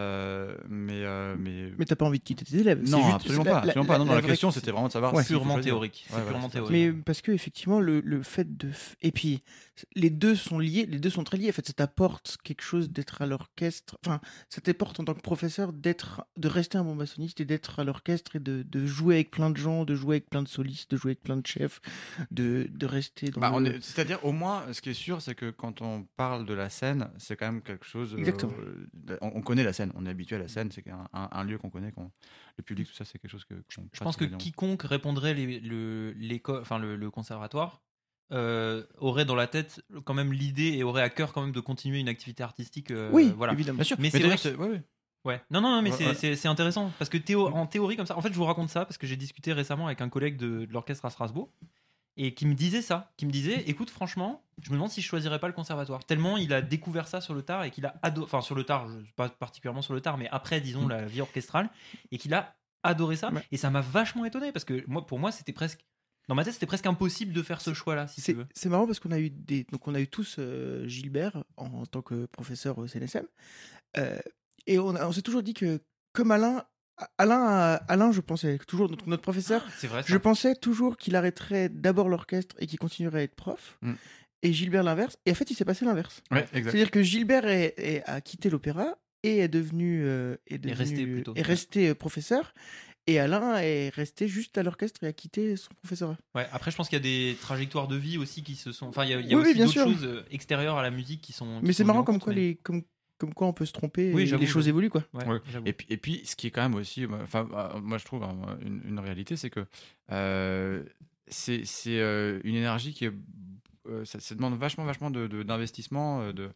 Euh, mais, euh, mais
Mais t'as pas envie de quitter tes élèves. c'est
non,
juste-
absolument
la-
pas.
la-
absolument pas. Non,
la-
dans la,
vraie-
question, c'était vraiment de savoir
Ouais.
s'il faut
purement
choisir.
théorique. C'est
Ouais, voilà,
purement
c'est ça.
théorique.
Mais parce que effectivement, le, le fait de f- et puis les deux sont liés, les deux sont très liés. En fait, ça t'apporte quelque chose d'être à l'orchestre. Enfin, ça t'apporte en tant que professeur d'être, de rester un bon bassoniste et d'être à l'orchestre et de, de jouer avec plein de gens, de jouer avec plein de solistes, de jouer avec plein de chefs, de, de rester dans.
Bah, on
le-
est- C'est-à-dire, au moins, ce qui est sûr, c'est que quand on parle de la scène, c'est quand même quelque chose. euh,
Exactement.
de- on, on connaît la scène, on est habitué à la scène, c'est un, un- un lieu qu'on connaît, qu'on- le public, tout ça, c'est quelque chose que. qu'on
Je
passe
pense que
régulièrement.
quiconque répondrait les- le, l'éco- enfin, le, le conservatoire euh, aurait dans la tête quand même l'idée et aurait à cœur quand même de continuer une activité artistique. euh,
Oui,
voilà.
évidemment.
Bien sûr,
Mais c'est
d'ailleurs,
vrai
c'est- ouais, ouais.
Ouais. Non, non, non, mais
Ouais,
c'est-
ouais.
c'est c'est intéressant parce que théo- en théorie comme ça. En fait, je vous raconte ça parce que j'ai discuté récemment avec un collègue de, de l'orchestre à Strasbourg et qui me disait ça, qui me disait, écoute, franchement, je me demande si je choisirais pas le conservatoire. Tellement il a découvert ça sur le tard et qu'il a adoré, enfin sur le tard, je- pas particulièrement sur le tard, mais après, disons la vie orchestrale et qu'il a adoré ça.
Ouais.
Et ça m'a vachement étonné parce que moi, pour moi, c'était presque dans ma tête, c'était presque impossible de faire ce choix-là, si tu
C'est
veux.
c'est marrant parce qu'on a eu des donc on a eu tous euh, Gilbert en, en tant que professeur au CNSM Euh, et on, a- on s'est toujours dit que comme Alain Alain a- Alain je pensais toujours notre, notre professeur
C'est vrai. ça.
je pensais toujours qu'il arrêterait d'abord l'orchestre et qu'il continuerait à être prof
Mm.
et Gilbert l'inverse et en fait il s'est passé l'inverse
Ouais, exact.
c'est-à-dire que Gilbert est- est- a quitté l'opéra et est devenu, euh, est devenu-
resté plutôt.
est resté, euh, professeur et Alain est resté juste à l'orchestre et a quitté son professorat
Ouais, après, je pense qu'il y a des trajectoires de vie aussi qui se sont. Enfin, il y a, il y a
Oui, oui,
aussi
bien
d'autres
sûr.
choses euh, extérieures à la musique qui sont. qui
Mais c'est
sont
marrant
mises en
comme
compte,
quoi,
mais-
les, comme, comme quoi on peut se tromper
Oui,
et
j'avoue,
les choses
j'avoue.
évoluent quoi.
Ouais,
Ouais.
j'avoue.
Et puis, et puis, ce qui est quand même aussi, enfin, euh, moi je trouve hein, une, une réalité, c'est que euh, c'est c'est, euh, une énergie qui est, euh, ça, ça demande vachement, vachement de- de- d'investissement, euh, de,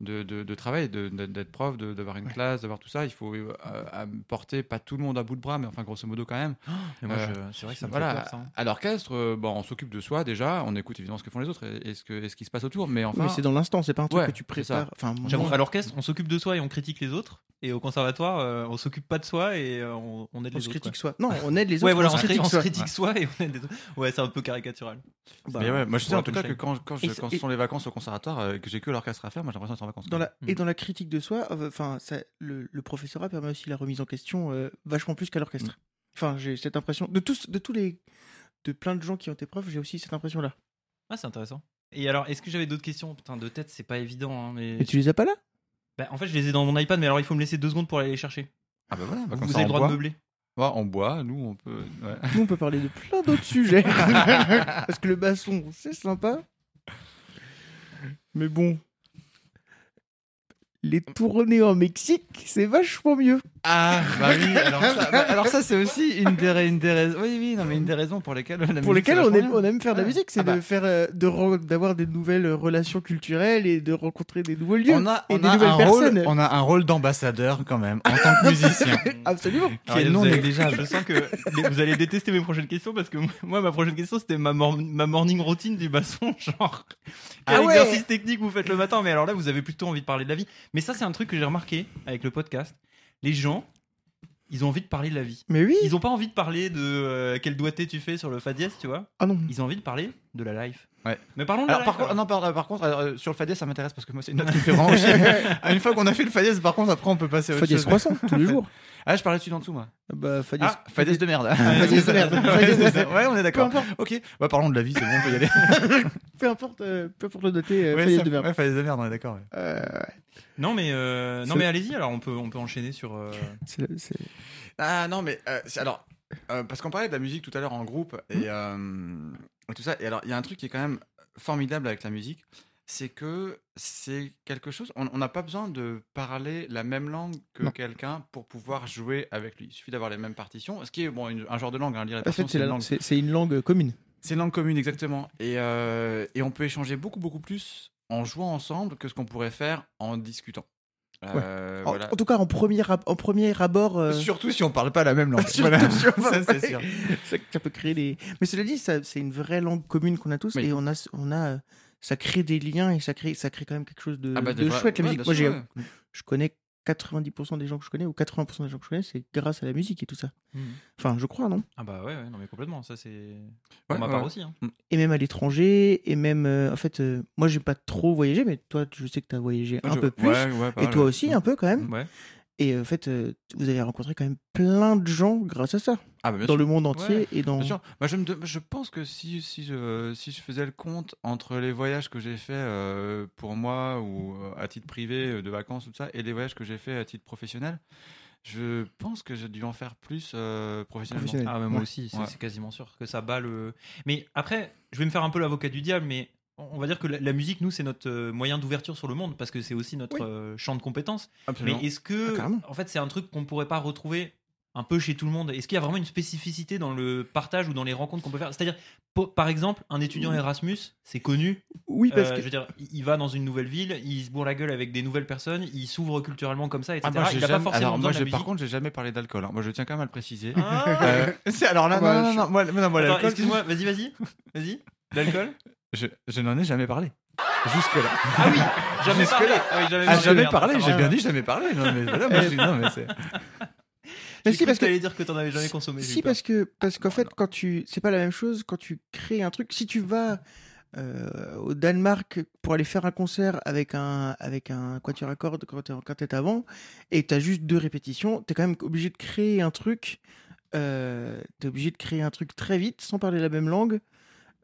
de, de, de travail, de- de- d'être prof, de- d'avoir une classe, d'avoir tout ça. Il faut euh, euh, porter pas tout le monde à bout de bras, mais enfin grosso modo quand même.
Mais moi,
Euh,
je- c'est vrai que ça me fait
voilà.
peur, ça, hein.
À l'orchestre, euh, bon, on s'occupe de soi déjà, on écoute évidemment ce que font les autres et, et ce, que, et ce qui se passe autour, mais enfin.
mais c'est dans l'instant, c'est pas un truc
ouais,
que tu
c'est ça.
prépares. Enfin, moi,
J'avoue, à l'orchestre, on s'occupe de soi et on critique les autres. Et au conservatoire, euh, on s'occupe pas de soi et euh, on, on aide
on
les
se
autres. quoi.
critique soi. Non, on aide les autres.
ouais, voilà,
on
on,
se
cré-
critique
on se
soi.
critique soi et on aide les autres. Ouais, c'est un peu caricatural.
Bah,
Mais ouais, moi je sais
pour
en
la
tout cas que
punchline.
quand, quand, je-
Et ça-
quand
et-
ce sont les vacances au conservatoire, euh, que j'ai que l'orchestre à faire, moi j'ai l'impression d'être en vacances.
Dans la,
Mm.
Et dans la critique de soi, euh, enfin, ça- le, le professorat permet aussi la remise en question euh, vachement plus qu'à
Mm.
l'orchestre. Enfin, j'ai cette impression. De tous, de tous les. De plein de gens qui ont été profs, j'ai aussi cette impression-là.
Ah, c'est intéressant. Et alors, est-ce que j'avais d'autres questions Putain, de tête, c'est pas évident. hein, mais...
Et tu les as pas là
Bah, en fait, je les ai dans mon iPad, mais alors il faut me laisser deux secondes pour aller les chercher.
Ah bah voilà, bah,
Vous
comme
avez
ça,
le
on
droit
boit.
de meubler.
Ouais, on boit, Bah, nous on peut. ouais.
Nous, on peut parler de plein d'autres sujets. Parce que le basson, c'est sympa. Mais bon. Les tournées en Mexique, c'est vachement mieux.
Ah, bah oui, alors ça, bah, alors ça, c'est aussi une des, ra- une des raisons. Oui, oui, non, mais une des raisons pour lesquelles. la
Pour
musique,
lesquelles
c'est
on aime,
vachement
on
bien.
aime faire de la
Ah
musique, c'est
bah.
de faire, euh, de re- d'avoir des nouvelles relations culturelles et de rencontrer des nouveaux lieux.
On a,
et
on
des
a
nouvelles
un rôle,
personnes.
on a un rôle d'ambassadeur quand même, en tant que musicien.
Absolument.
Alors,
est
vous
non
allez-
négligeable.
Je sens que les- vous allez détester mes prochaines questions parce que moi, ma prochaine question, c'était ma, mor- ma morning routine du basson. Genre, quel
Ah ouais.
exercice technique vous faites le matin Mais alors là, vous avez plutôt envie de parler de la vie. Mais ça, c'est un truc que j'ai remarqué avec le podcast. Les gens, ils ont envie de parler de la vie.
Mais oui.
Ils ont pas envie de parler de euh, quel doigté tu fais sur le fa dièse, tu vois.
Ah non.
Ils ont envie de parler de la life.
Ouais.
Mais parlons de
Alors
la
par
life.
contre, non, par, par contre, alors, euh, sur le fadès, ça m'intéresse parce que moi c'est une note qui me fait vraiment chier. Une fois qu'on a fait le fadès, par contre, après on peut passer à autre
Fadès
chose.
croissant tous les jours.
Ah, je parlais dessus en dessous, moi.
Bah, Fadès.
Ah, fadès de merde.
Fadès de merde.
Ouais, c'est ça. Ouais, on est
peu
d'accord.
importe,
Ok, bah parlons de la vie, c'est bon, on peut y aller.
peu importe, euh, peu importe le doté, euh,
Ouais,
Fadès
ça-
de merde.
Ouais, fadès de merde, on est d'accord. ouais.
Euh,
Non, mais, euh, non,
C'est-
mais allez-y, alors on peut, on peut enchaîner sur. euh,
c'est- c'est-
Ah non, mais euh, c'est- alors, euh, parce qu'on parlait de la musique tout à l'heure en groupe et,
Mmh.
euh, et tout ça. Et alors, il y a un truc qui est quand même formidable avec la musique, c'est que c'est quelque chose. On on n'a pas besoin de parler la même langue que
Non.
quelqu'un pour pouvoir jouer avec lui. Il suffit d'avoir les mêmes partitions, ce qui est bon, une- un genre de langue. Hein, lire les
En
partitions,
fait, c'est
c'est une
la-
langue.
c'est c'est une langue commune.
C'est une langue commune, exactement. Et, euh, et on peut échanger beaucoup, beaucoup plus en jouant ensemble que ce qu'on pourrait faire en discutant. Euh,
En-
voilà.
En, tout cas, en premier, ab- en premier abord, Oh, euh,
Surtout si on parle pas la même langue.
Surtout
Voilà.
si on parle
ça
pas-
c'est sûr.
ça, ça peut créer des. Mais cela dit, ça- c'est une vraie langue commune qu'on a tous
Oui.
et on a, on a, euh, ça crée des liens et ça crée, ça crée quand même quelque chose de,
Ah bah,
de
des vrais-
chouette la
ouais,
musique.
bien
Moi,
sûr,
j'ai-
ouais.
je connais 90% des gens que je connais ou 80% des gens que je connais, c'est grâce à la musique et tout ça. Enfin, je crois, non
Ah bah ouais, ouais, non mais complètement, ça c'est.
Ouais,
Pour ma
ouais.
part aussi. hein.
Et même à l'étranger et même, euh, en fait, euh, moi, j'ai pas trop voyagé, mais toi, hein, je sais que t'as voyagé un peu plus.
Ah, Ouais, ouais, pas
et
mal,
toi
ouais.
aussi, hein, un peu quand même.
Ouais.
Et en fait, euh, vous allez rencontrer quand même plein de gens grâce à ça,
Ah, bah, bien
dans
sûr.
le monde entier
Ouais,
et dans.
Bien sûr. Moi, je, me de- je pense que si, si, je, si je faisais le compte entre les voyages que j'ai fait euh, pour moi ou euh, à titre privé euh, de vacances, tout ça, et les voyages que j'ai fait à titre professionnel, je pense que j'ai dû en faire plus euh, professionnellement.
Professionnel.
Ah, mais moi
Ouais.
aussi, c'est
Ouais.
c'est quasiment sûr que ça bat le. Mais après, je vais me faire un peu l'avocat du diable, mais on on va dire que la, la musique, nous, c'est notre euh, moyen d'ouverture sur le monde parce que c'est aussi notre
Oui.
euh, champ de compétences.
Absolument.
Mais est-ce que,
Ah, carrément.
en fait, c'est un truc qu'on pourrait pas retrouver un peu chez tout le monde Est-ce qu'il y a vraiment une spécificité dans le partage ou dans les rencontres qu'on peut faire C'est-à-dire, po- par exemple, un étudiant Erasmus, c'est connu.
Oui, parce
Euh,
que
Je veux dire, il il va dans une nouvelle ville, il se bourre la gueule avec des nouvelles personnes, il s'ouvre culturellement comme ça, etc.
Ah, moi,
il
j'ai
a pas
jamais-
forcément
alors,
besoin
moi,
de la
j'ai- par
musique.
contre, j'ai jamais parlé d'alcool. hein. Moi, je tiens quand même à le préciser.
Ah
Euh, c'est- alors là,
Ah, bah,
non, non,
je-
non, moi, non, moi,
Attends,
l'alcool,
excuse-moi, vas-y, vas-y, vas-y. L'alcool
je, je n'en ai jamais parlé. Jusque-là.
Ah oui, jamais parlé. Ah oui,
Ah, jamais
merde,
parlé,
ça
j'ai
va.
bien dit jamais parlé. Non, mais voilà, moi, je suis- non, mais
J'ai
c'est-
Mais
cru
si, parce
que
que-
t'allais dire que t'en avais jamais consommé. j'ai eu
Si
peur.
parce que parce qu'en fait quand tu c'est pas la même chose quand tu crées un truc si tu vas euh, au Danemark pour aller faire un concert avec un avec un quatuor à cordes quand t'es en quintette avant et t'as juste deux répétitions t'es quand même obligé de créer un truc euh, t'es obligé de créer un truc très vite sans parler la même langue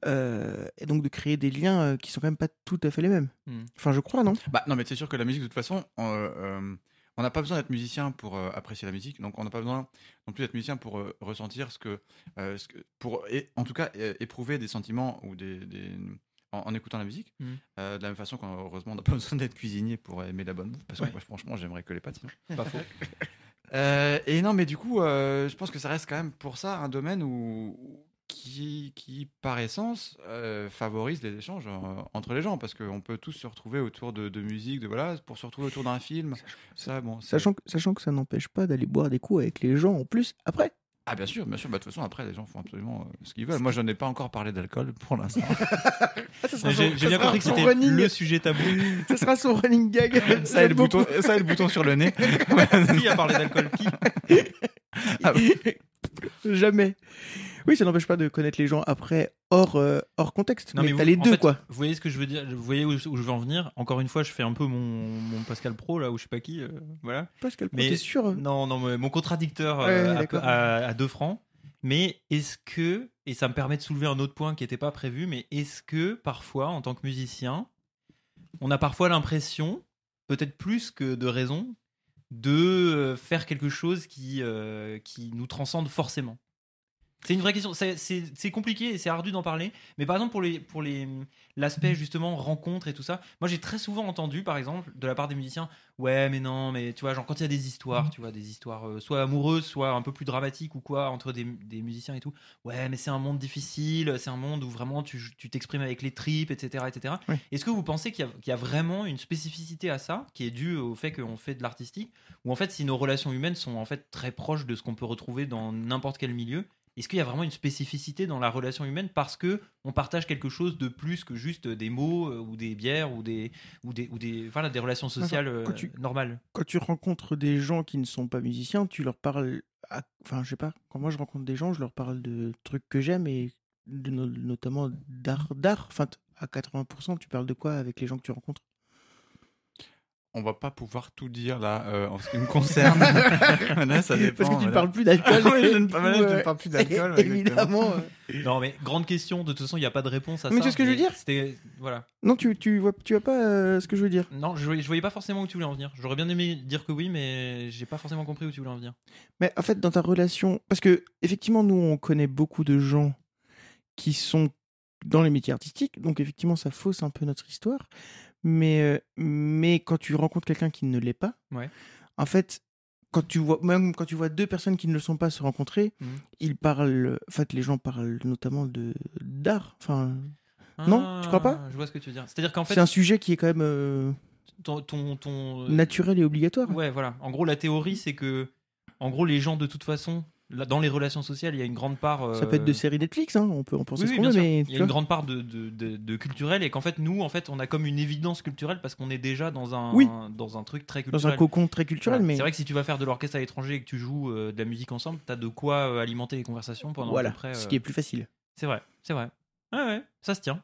euh, et donc de créer des liens euh, qui sont quand même pas tout à fait les mêmes
Hmm.
enfin je crois non
Bah, non, mais c'est sûr que la musique, de toute façon, on euh, euh, on n'a pas besoin d'être musicien pour euh, apprécier la musique. Donc, on n'a pas besoin non plus d'être musicien pour euh, ressentir ce que, euh, ce que- pour, et, en tout cas, é- éprouver des sentiments ou des, des- en, en écoutant la musique.
Mhm.
Euh, de la même façon qu'on heureusement, on n'a pas besoin d'être cuisinier pour aimer la bonne bouffe. Parce que
Ouais.
moi, franchement, j'aimerais que les pâtes. sinon.
Pas faux.
Euh, et non, mais du coup, euh, je pense que ça reste quand même pour ça un domaine où, qui, qui, par essence, euh, favorise les échanges euh, entre les gens, parce qu'on peut tous se retrouver autour de, de musique, de voilà, pour se retrouver autour d'un film. Ça, bon, c'est-
sachant que, sachant que ça n'empêche pas d'aller boire des coups avec les gens en plus après
Ah bien sûr, bien sûr. Bah, de toute façon, après, les gens font absolument euh, ce qu'ils veulent. Moi, je n'ai pas encore parlé d'alcool pour l'instant.
J'ai j'ai bien compris que c'était
running.
le sujet tabou.
ça sera son running gag
ça, et le
J'aime
bouton, ça et le bouton sur le nez.
Qui a parlé d'alcool qui
Ah
Jamais. Oui, ça n'empêche pas de connaître les gens après, hors, euh, hors contexte. mais, t'as
vous-
les
en
deux,
fait,
quoi.
Vous voyez ce que je veux dire Vous voyez où, où je veux en venir Encore une fois, je fais un peu mon, mon Pascal Pro là, ou je sais pas qui. euh, voilà.
Pascal,
mais-
t'es sûr hein
Non, non, mais mon contradicteur
Ouais,
euh, à-
d'accord.
à, à deux francs. Mais est-ce que, et ça me permet de soulever un autre point qui n'était pas prévu, mais est-ce que parfois, en tant que musicien, on a parfois l'impression, peut-être plus que de raison, de euh, faire quelque chose qui, euh, qui nous transcende forcément C'est une vraie question. C'est- C'est c'est compliqué et c'est ardu d'en parler. Mais par exemple, pour les, pour les, l'aspect justement rencontre et tout ça, moi j'ai très souvent entendu, par exemple, de la part des musiciens, ouais, mais non, mais tu vois, genre quand il y a des histoires, tu vois, des histoires euh, soit amoureuses, soit un peu plus dramatiques ou quoi, entre des, des musiciens et tout, ouais, mais c'est un monde difficile, c'est un monde où vraiment tu tu t'exprimes avec les tripes, etc. etc.
Oui.
Est-ce que vous pensez qu'il y, a- qu'il y a vraiment une spécificité à ça qui est due au fait qu'on fait de l'artistique ou en fait si nos relations humaines sont en fait très proches de ce qu'on peut retrouver dans n'importe quel milieu est-ce qu'il y a vraiment une spécificité dans la relation humaine parce que on partage quelque chose de plus que juste des mots euh, ou des bières ou des ou des ou des voilà des relations sociales euh,
quand tu-
normales
Quand tu rencontres des gens qui ne sont pas musiciens, tu leur parles. à- Enfin, je sais pas. Quand moi je rencontre des gens, je leur parle de trucs que j'aime et de no- notamment d'art. d'art. Enfin, t- à 80%, tu parles de quoi avec les gens que tu rencontres
On va pas pouvoir tout dire là euh, en ce qui me concerne. Voilà, ça dépend,
Parce que tu ne
voilà.
parles plus d'alcool.
Ah ouais, je ne
du coup,
voilà, je ne
euh,
parle plus d'alcool. exactement.
Évidemment. euh.
non mais grande question de toute façon il n'y a pas de réponse à
Mais
ça
tu vois ce que je veux dire
c'était voilà
Non, tu, tu, vois, tu vois pas euh, ce que je veux dire.
non je, voyais- je voyais pas forcément où tu voulais en venir j'aurais bien aimé dire que oui mais j'ai pas forcément compris où tu voulais en venir
Mais en fait, dans ta relation, parce que effectivement, nous, on connaît beaucoup de gens qui sont dans les métiers artistiques, donc effectivement, ça fausse un peu notre histoire. Mais, euh, mais quand tu rencontres quelqu'un qui ne l'est pas,
Ouais.
en fait, quand tu vois, même quand tu vois deux personnes qui ne le sont pas se rencontrer,
Mhm.
ils parlent, en fait, les gens parlent notamment de d'art. Enfin, Non,
Ah,
tu crois pas
je vois ce que tu veux dire c'est à dire qu'en fait
c'est un sujet qui est quand même euh,
ton ton, ton- euh,
naturel et obligatoire.
Ouais, voilà. En gros, la théorie, c'est que, en gros, les gens, de toute façon, là, dans les relations sociales, il y a une grande part. euh,
Ça peut être de séries Netflix, hein, on peut en penser
Oui,
ce
oui,
qu'on
bien
veut,
sûr.
mais
Il y
tu
a
vois.
une grande part de, de, de- de culturel et qu'en fait, nous, en fait, on a comme une évidence culturelle parce qu'on est déjà dans un,
Oui.
dans un truc très
dans un
culturel.
cocon très culturel,
Voilà.
mais
C'est vrai que si tu vas faire de l'orchestre à l'étranger et que tu joues euh, de la musique ensemble, t'as de quoi euh, alimenter les conversations pendant à
voilà,
peu près. euh,
ce qui est plus facile.
C'est vrai, c'est vrai. Ouais, ouais, ça se tient.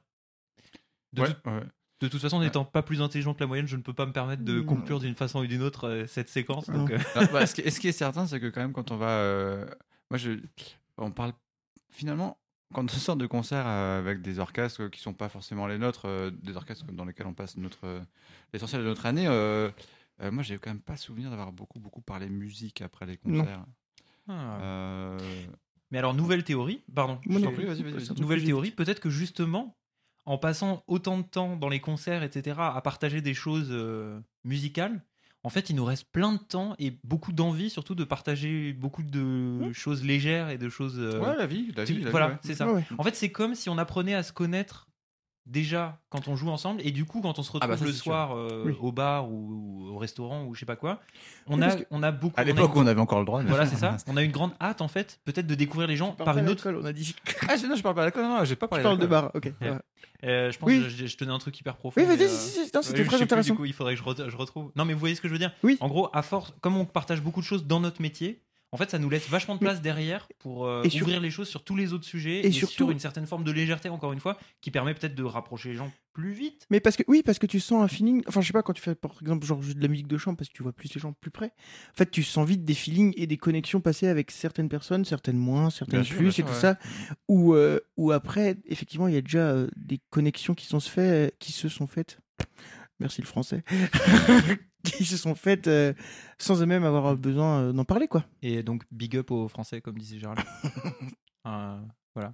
De
Ouais,
toute-
ouais.
De toute façon, n'étant pas plus intelligent que la moyenne, je ne peux pas me permettre de
Non.
Hmm.
conclure d'une façon ou d'une autre euh, cette séquence.
Non.
Donc, euh,
Ah, bah, ce, qui, ce qui est certain, c'est que quand même, quand on va. euh, moi, je, on parle. Finalement, quand on sort de concert euh, avec des orchestres qui sont pas forcément les nôtres, euh, des orchestres dans lesquels on passe notre euh, l'essentiel de notre année, euh, euh, moi, j'ai quand même pas souvenir d'avoir beaucoup, beaucoup parlé musique après les
Non.
concerts.
ah.
Euh,
Mais alors, nouvelle théorie, pardon.
Moi
je
non
t'ai-
plus, vas-y, vas-y, vas-y.
Surtout
nouvelle
que j'ai-
théorie, peut-être que justement, en passant autant de temps dans les concerts, etc., à partager des choses euh, musicales, en fait, il nous reste plein de temps et beaucoup d'envie, surtout de partager beaucoup de choses légères et de choses. euh,
Hmm. ouais, la vie, la
tu-
vie. la
voilà,
vie, ouais.
c'est ça.
Ouais, ouais.
En fait, c'est comme si on apprenait à se connaître déjà quand on joue ensemble et du coup quand on se retrouve
Ah bah ça,
le
c'est sûr.
soir euh,
Oui.
au bar ou, ou au restaurant ou je sais pas quoi, on
Oui,
a
parce que-
on a beaucoup
À
on a
l'époque,
une-
on avait encore le droit. bien
voilà,
sûr.
c'est ça. On a une grande hâte en fait, peut-être de découvrir les gens
Parle
par
pas
une autre
d'alcool, On a dit. Tu
Ah, je- non, je parle pas d'alcool, non, non, j'ai pas parlé
parles de bar.
d'alcool.
Ok. ça va.
Euh, je pense
Oui.
que je, je tenais un truc hyper profond.
Oui,
mais,
vas-y,
euh,
si, si, si, non,
oui,
Ah, c'était
je
très
sais plus,
intéressant.
du coup, il faudrait que je, re- je retrouve. Non, mais vous voyez ce que je veux dire
Oui.
En gros, à force, comme on partage beaucoup de choses dans notre métier, en fait, ça nous laisse vachement de
Mais-
place derrière pour euh,
Et sur-
ouvrir les choses sur tous les autres sujets
Et
et, sur
surtout-
une certaine forme de légèreté, encore une fois, qui permet peut-être de rapprocher les gens plus vite.
Mais parce que oui, parce que tu sens un feeling. Enfin, je sais pas quand tu fais par exemple genre de la musique de chambre parce que tu vois plus les gens plus près. En fait, tu sens vite des feelings et des connexions passées avec certaines personnes, certaines moins, certaines
Bien sûr,
plus
bien
et
sûr,
tout
ouais.
ça. Ou euh, ou après, effectivement, il y a déjà euh, des connexions qui sont se fait, euh, qui se sont faites. Merci le français. qui se sont faites euh, sans même avoir besoin euh, d'en parler quoi.
Et donc, big up aux Français, comme disait Gérald. Euh, voilà.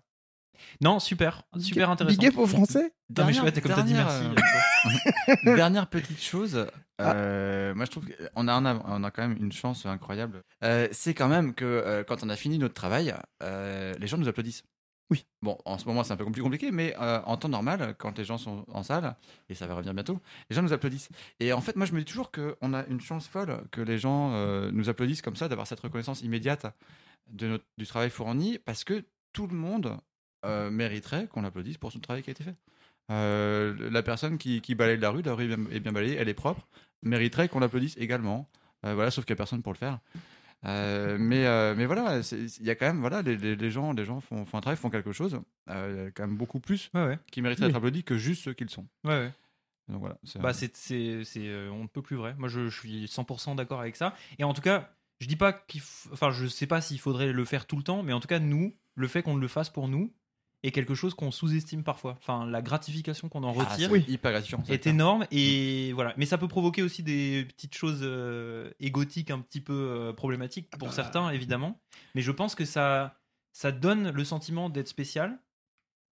Non, super, super intéressant.
Big up aux Français.
Non, mais je sais
Dernière-
pas, t'as- comme t'as dit
dernière,
merci.
euh,
euh, quoi.
Dernière petite chose, euh, moi je trouve qu'on a, un av- on a quand même une chance incroyable. Euh, c'est quand même que euh, quand on a fini notre travail, euh, les gens nous applaudissent.
Oui.
Bon, en ce moment c'est un peu plus compliqué, mais euh, en temps normal, quand les gens sont en salle, et ça va revenir bientôt, les gens nous applaudissent. Et en fait, moi je me dis toujours qu'on a une chance folle que les gens euh, nous applaudissent comme ça, d'avoir cette reconnaissance immédiate de notre- du travail fourni, parce que tout le monde euh, mériterait qu'on l'applaudisse pour son travail qui a été fait. Euh, la personne qui, qui balaye la rue, la rue est bien, est bien balayée, elle est propre, mériterait qu'on l'applaudisse également. Euh, voilà, sauf qu'il n'y a personne pour le faire. Euh, mais, euh, mais voilà, c'est- il y a quand même, voilà, les, les- les gens, les gens font, font un travail, font quelque chose, Euh, il y a quand même beaucoup plus
Ouais, ouais.
qui mériteraient
Oui.
d'être applaudis que juste ceux qu'ils sont.
ouais, ouais.
Donc voilà, c'est-
Bah, c'est, c'est, c'est, euh, on ne peut plus vrai. Moi, je, je suis 100% d'accord avec ça. Et en tout cas, je dis pas qu'il, f- enfin, je sais pas s'il faudrait le faire tout le temps, mais en tout cas, nous, le fait qu'on le fasse pour nous est quelque chose qu'on sous-estime parfois. Enfin, la gratification qu'on en
Ah,
retire
c'est hyper gratifiant. ça.
est énorme
Mm.
et voilà. Mais ça peut provoquer aussi des petites choses euh, égotiques un petit peu euh, problématiques pour
bah.
certains,
mm.
évidemment. Mais je pense que ça, ça donne le sentiment d'être spécial.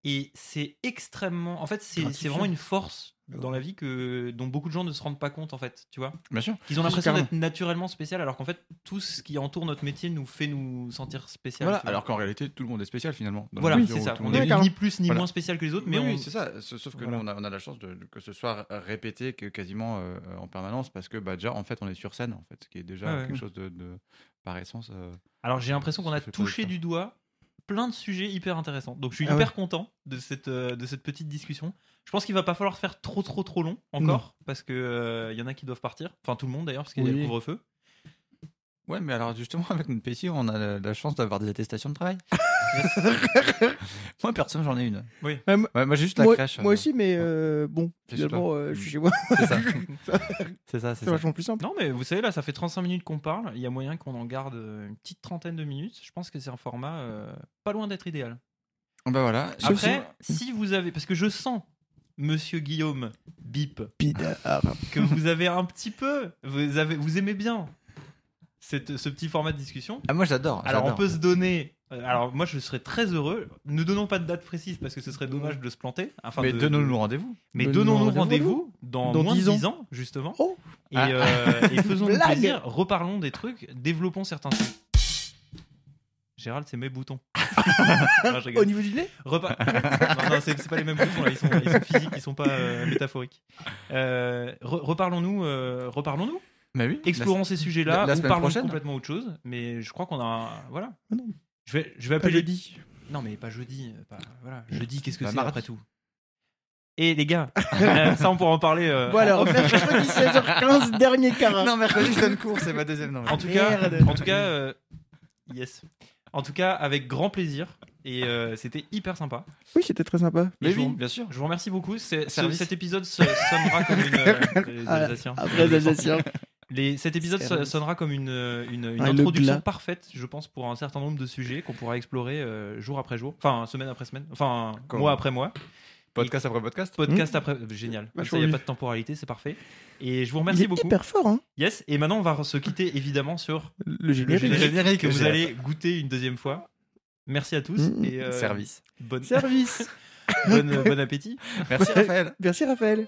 Et c'est extrêmement. En fait, c'est c'est
Gratifiant.
vraiment une force
Bah
dans la vie que dont beaucoup de gens ne se rendent pas compte, en fait. Tu vois
Bien sûr.
Ils ont l'impression
carrément.
d'être naturellement spécial, alors qu'en fait, tout ce qui entoure notre métier nous fait nous sentir spécial.
Voilà,
tu vois.
alors qu'en réalité, tout le monde est spécial finalement. Dans la
Voilà,
mesure
c'est
où
ça.
tout le
On
monde est
n'est
carrément.
ni plus ni
Voilà.
moins spécial que les autres, mais
oui,
on-
oui, c'est ça. S- Sauf que
Voilà.
nous, on a, on a la chance de, de- que ce soit répété que, quasiment euh, en permanence parce que bah, déjà, en fait, on est sur scène, en fait, ce qui est déjà
Ouais, ouais.
quelque chose de, de- par essence. euh,
Alors j'ai l'impression qu'on
Ça
a
fait pas hein.
touché
autant.
du doigt plein de sujets hyper intéressants. Donc je suis
Ah
hyper content de cette, euh, de cette petite discussion. Je pense qu'il va pas falloir faire trop trop trop long encore parce que euh, il y en a qui doivent partir. Enfin tout le monde d'ailleurs parce qu'il y a
Oui.
le couvre-feu.
Ouais, mais alors justement, avec notre PC, on a la, la chance d'avoir des attestations de travail. moi, personne, j'en ai une.
Oui.
Ouais, moi-
Ouais, moi, j'ai juste la
Moi,
crèche.
moi
euh,
aussi, mais euh, bon,
C'est sûr.
finalement, euh, je suis chez moi.
C'est ça. c'est ça, c'est
C'est
ça.
vachement plus simple.
Non mais vous savez là ça fait 35 minutes qu'on parle. Il y a moyen qu'on en garde euh, une petite trentaine de minutes. Je pense que c'est un format euh, pas loin d'être idéal.
Bah voilà.
Sauf
Après si vous avez parce que je sens Monsieur Guillaume Bip
Pinard.
que vous avez un petit peu vous avez vous aimez bien cette, ce petit format de discussion.
Ah, moi, j'adore.
Alors on
j'adore.
peut se donner. euh, Alors moi je serais très heureux. Ne donnons pas de date précise parce que ce serait dommage de se planter. Enfin,
Mais
de-
donnons-nous rendez-vous.
Mais
Donnons-nous
donnons-nous
rendez-vous.
rendez-vous dans,
Dans
moins
10
de
ans.
10 ans justement.
Oh.
et,
Ah.
euh, et faisons nous
Blague.
plaisir. Reparlons des trucs. Développons certains. trucs. Gérald, c'est mes boutons. Non, je rigole.
Au niveau du nez
Repas. non, non, c'est c'est pas les mêmes boutons là. Ils sont, ils sont physiques, ils sont pas euh, métaphoriques. Euh, re- reparlons-nous. euh, reparlons-nous.
Mais Bah oui.
Explorons ces
la-
sujets-là
la
ou
semaine
parlons de
prochaine.
complètement autre chose, mais je crois qu'on a un- voilà.
Ah non.
Je vais je vais
Pas
appeler
jeudi.
Non mais pas jeudi, euh, pas- voilà, jeudi qu'est-ce que
Bah,
c'est
mardi.
après tout Et les gars, euh, ça on pourra en parler euh,
Bon alors, mercredi 16h15, dernier
La-
quart.
Non, mercredi, je donne cours, c'est ma deuxième. Non, mais-
en tout cas,
Merde.
en tout cas euh, yes. En tout cas, avec grand plaisir. Et euh, c'était hyper sympa.
Oui, c'était très sympa.
Mais
Mais
oui,
oui, bien sûr.
Je vous remercie beaucoup. C'est- ce-
Service.
cet épisode se- sonnera comme une. euh, les
Ah,
Alsaciens.
Après la gestion.
Les- cet épisode so-
Service.
sonnera comme une, euh, une, une
Ah, le
introduction
glas.
parfaite, je pense, pour un certain nombre de sujets qu'on pourra explorer euh, jour après jour, enfin semaine après semaine, enfin
Comme-
mois après mois,
Podcast après podcast.
podcast après. euh, Génial.
Vachement
Il n'y a
Hmm. Bah, mieux.
pas de temporalité, c'est parfait. Et je vous
Il
remercie
est
beaucoup.
hyper fort, hein,
Yes. Et maintenant, on va se quitter évidemment sur
le
le
générique.
générique,
générique
que vous
j'ai-
allez goûter une deuxième fois. Merci à tous
Mmh.
et euh,
Service.
bonne-
Service.
bonne- euh, bon appétit.
Merci Raphaël.
Merci Raphaël.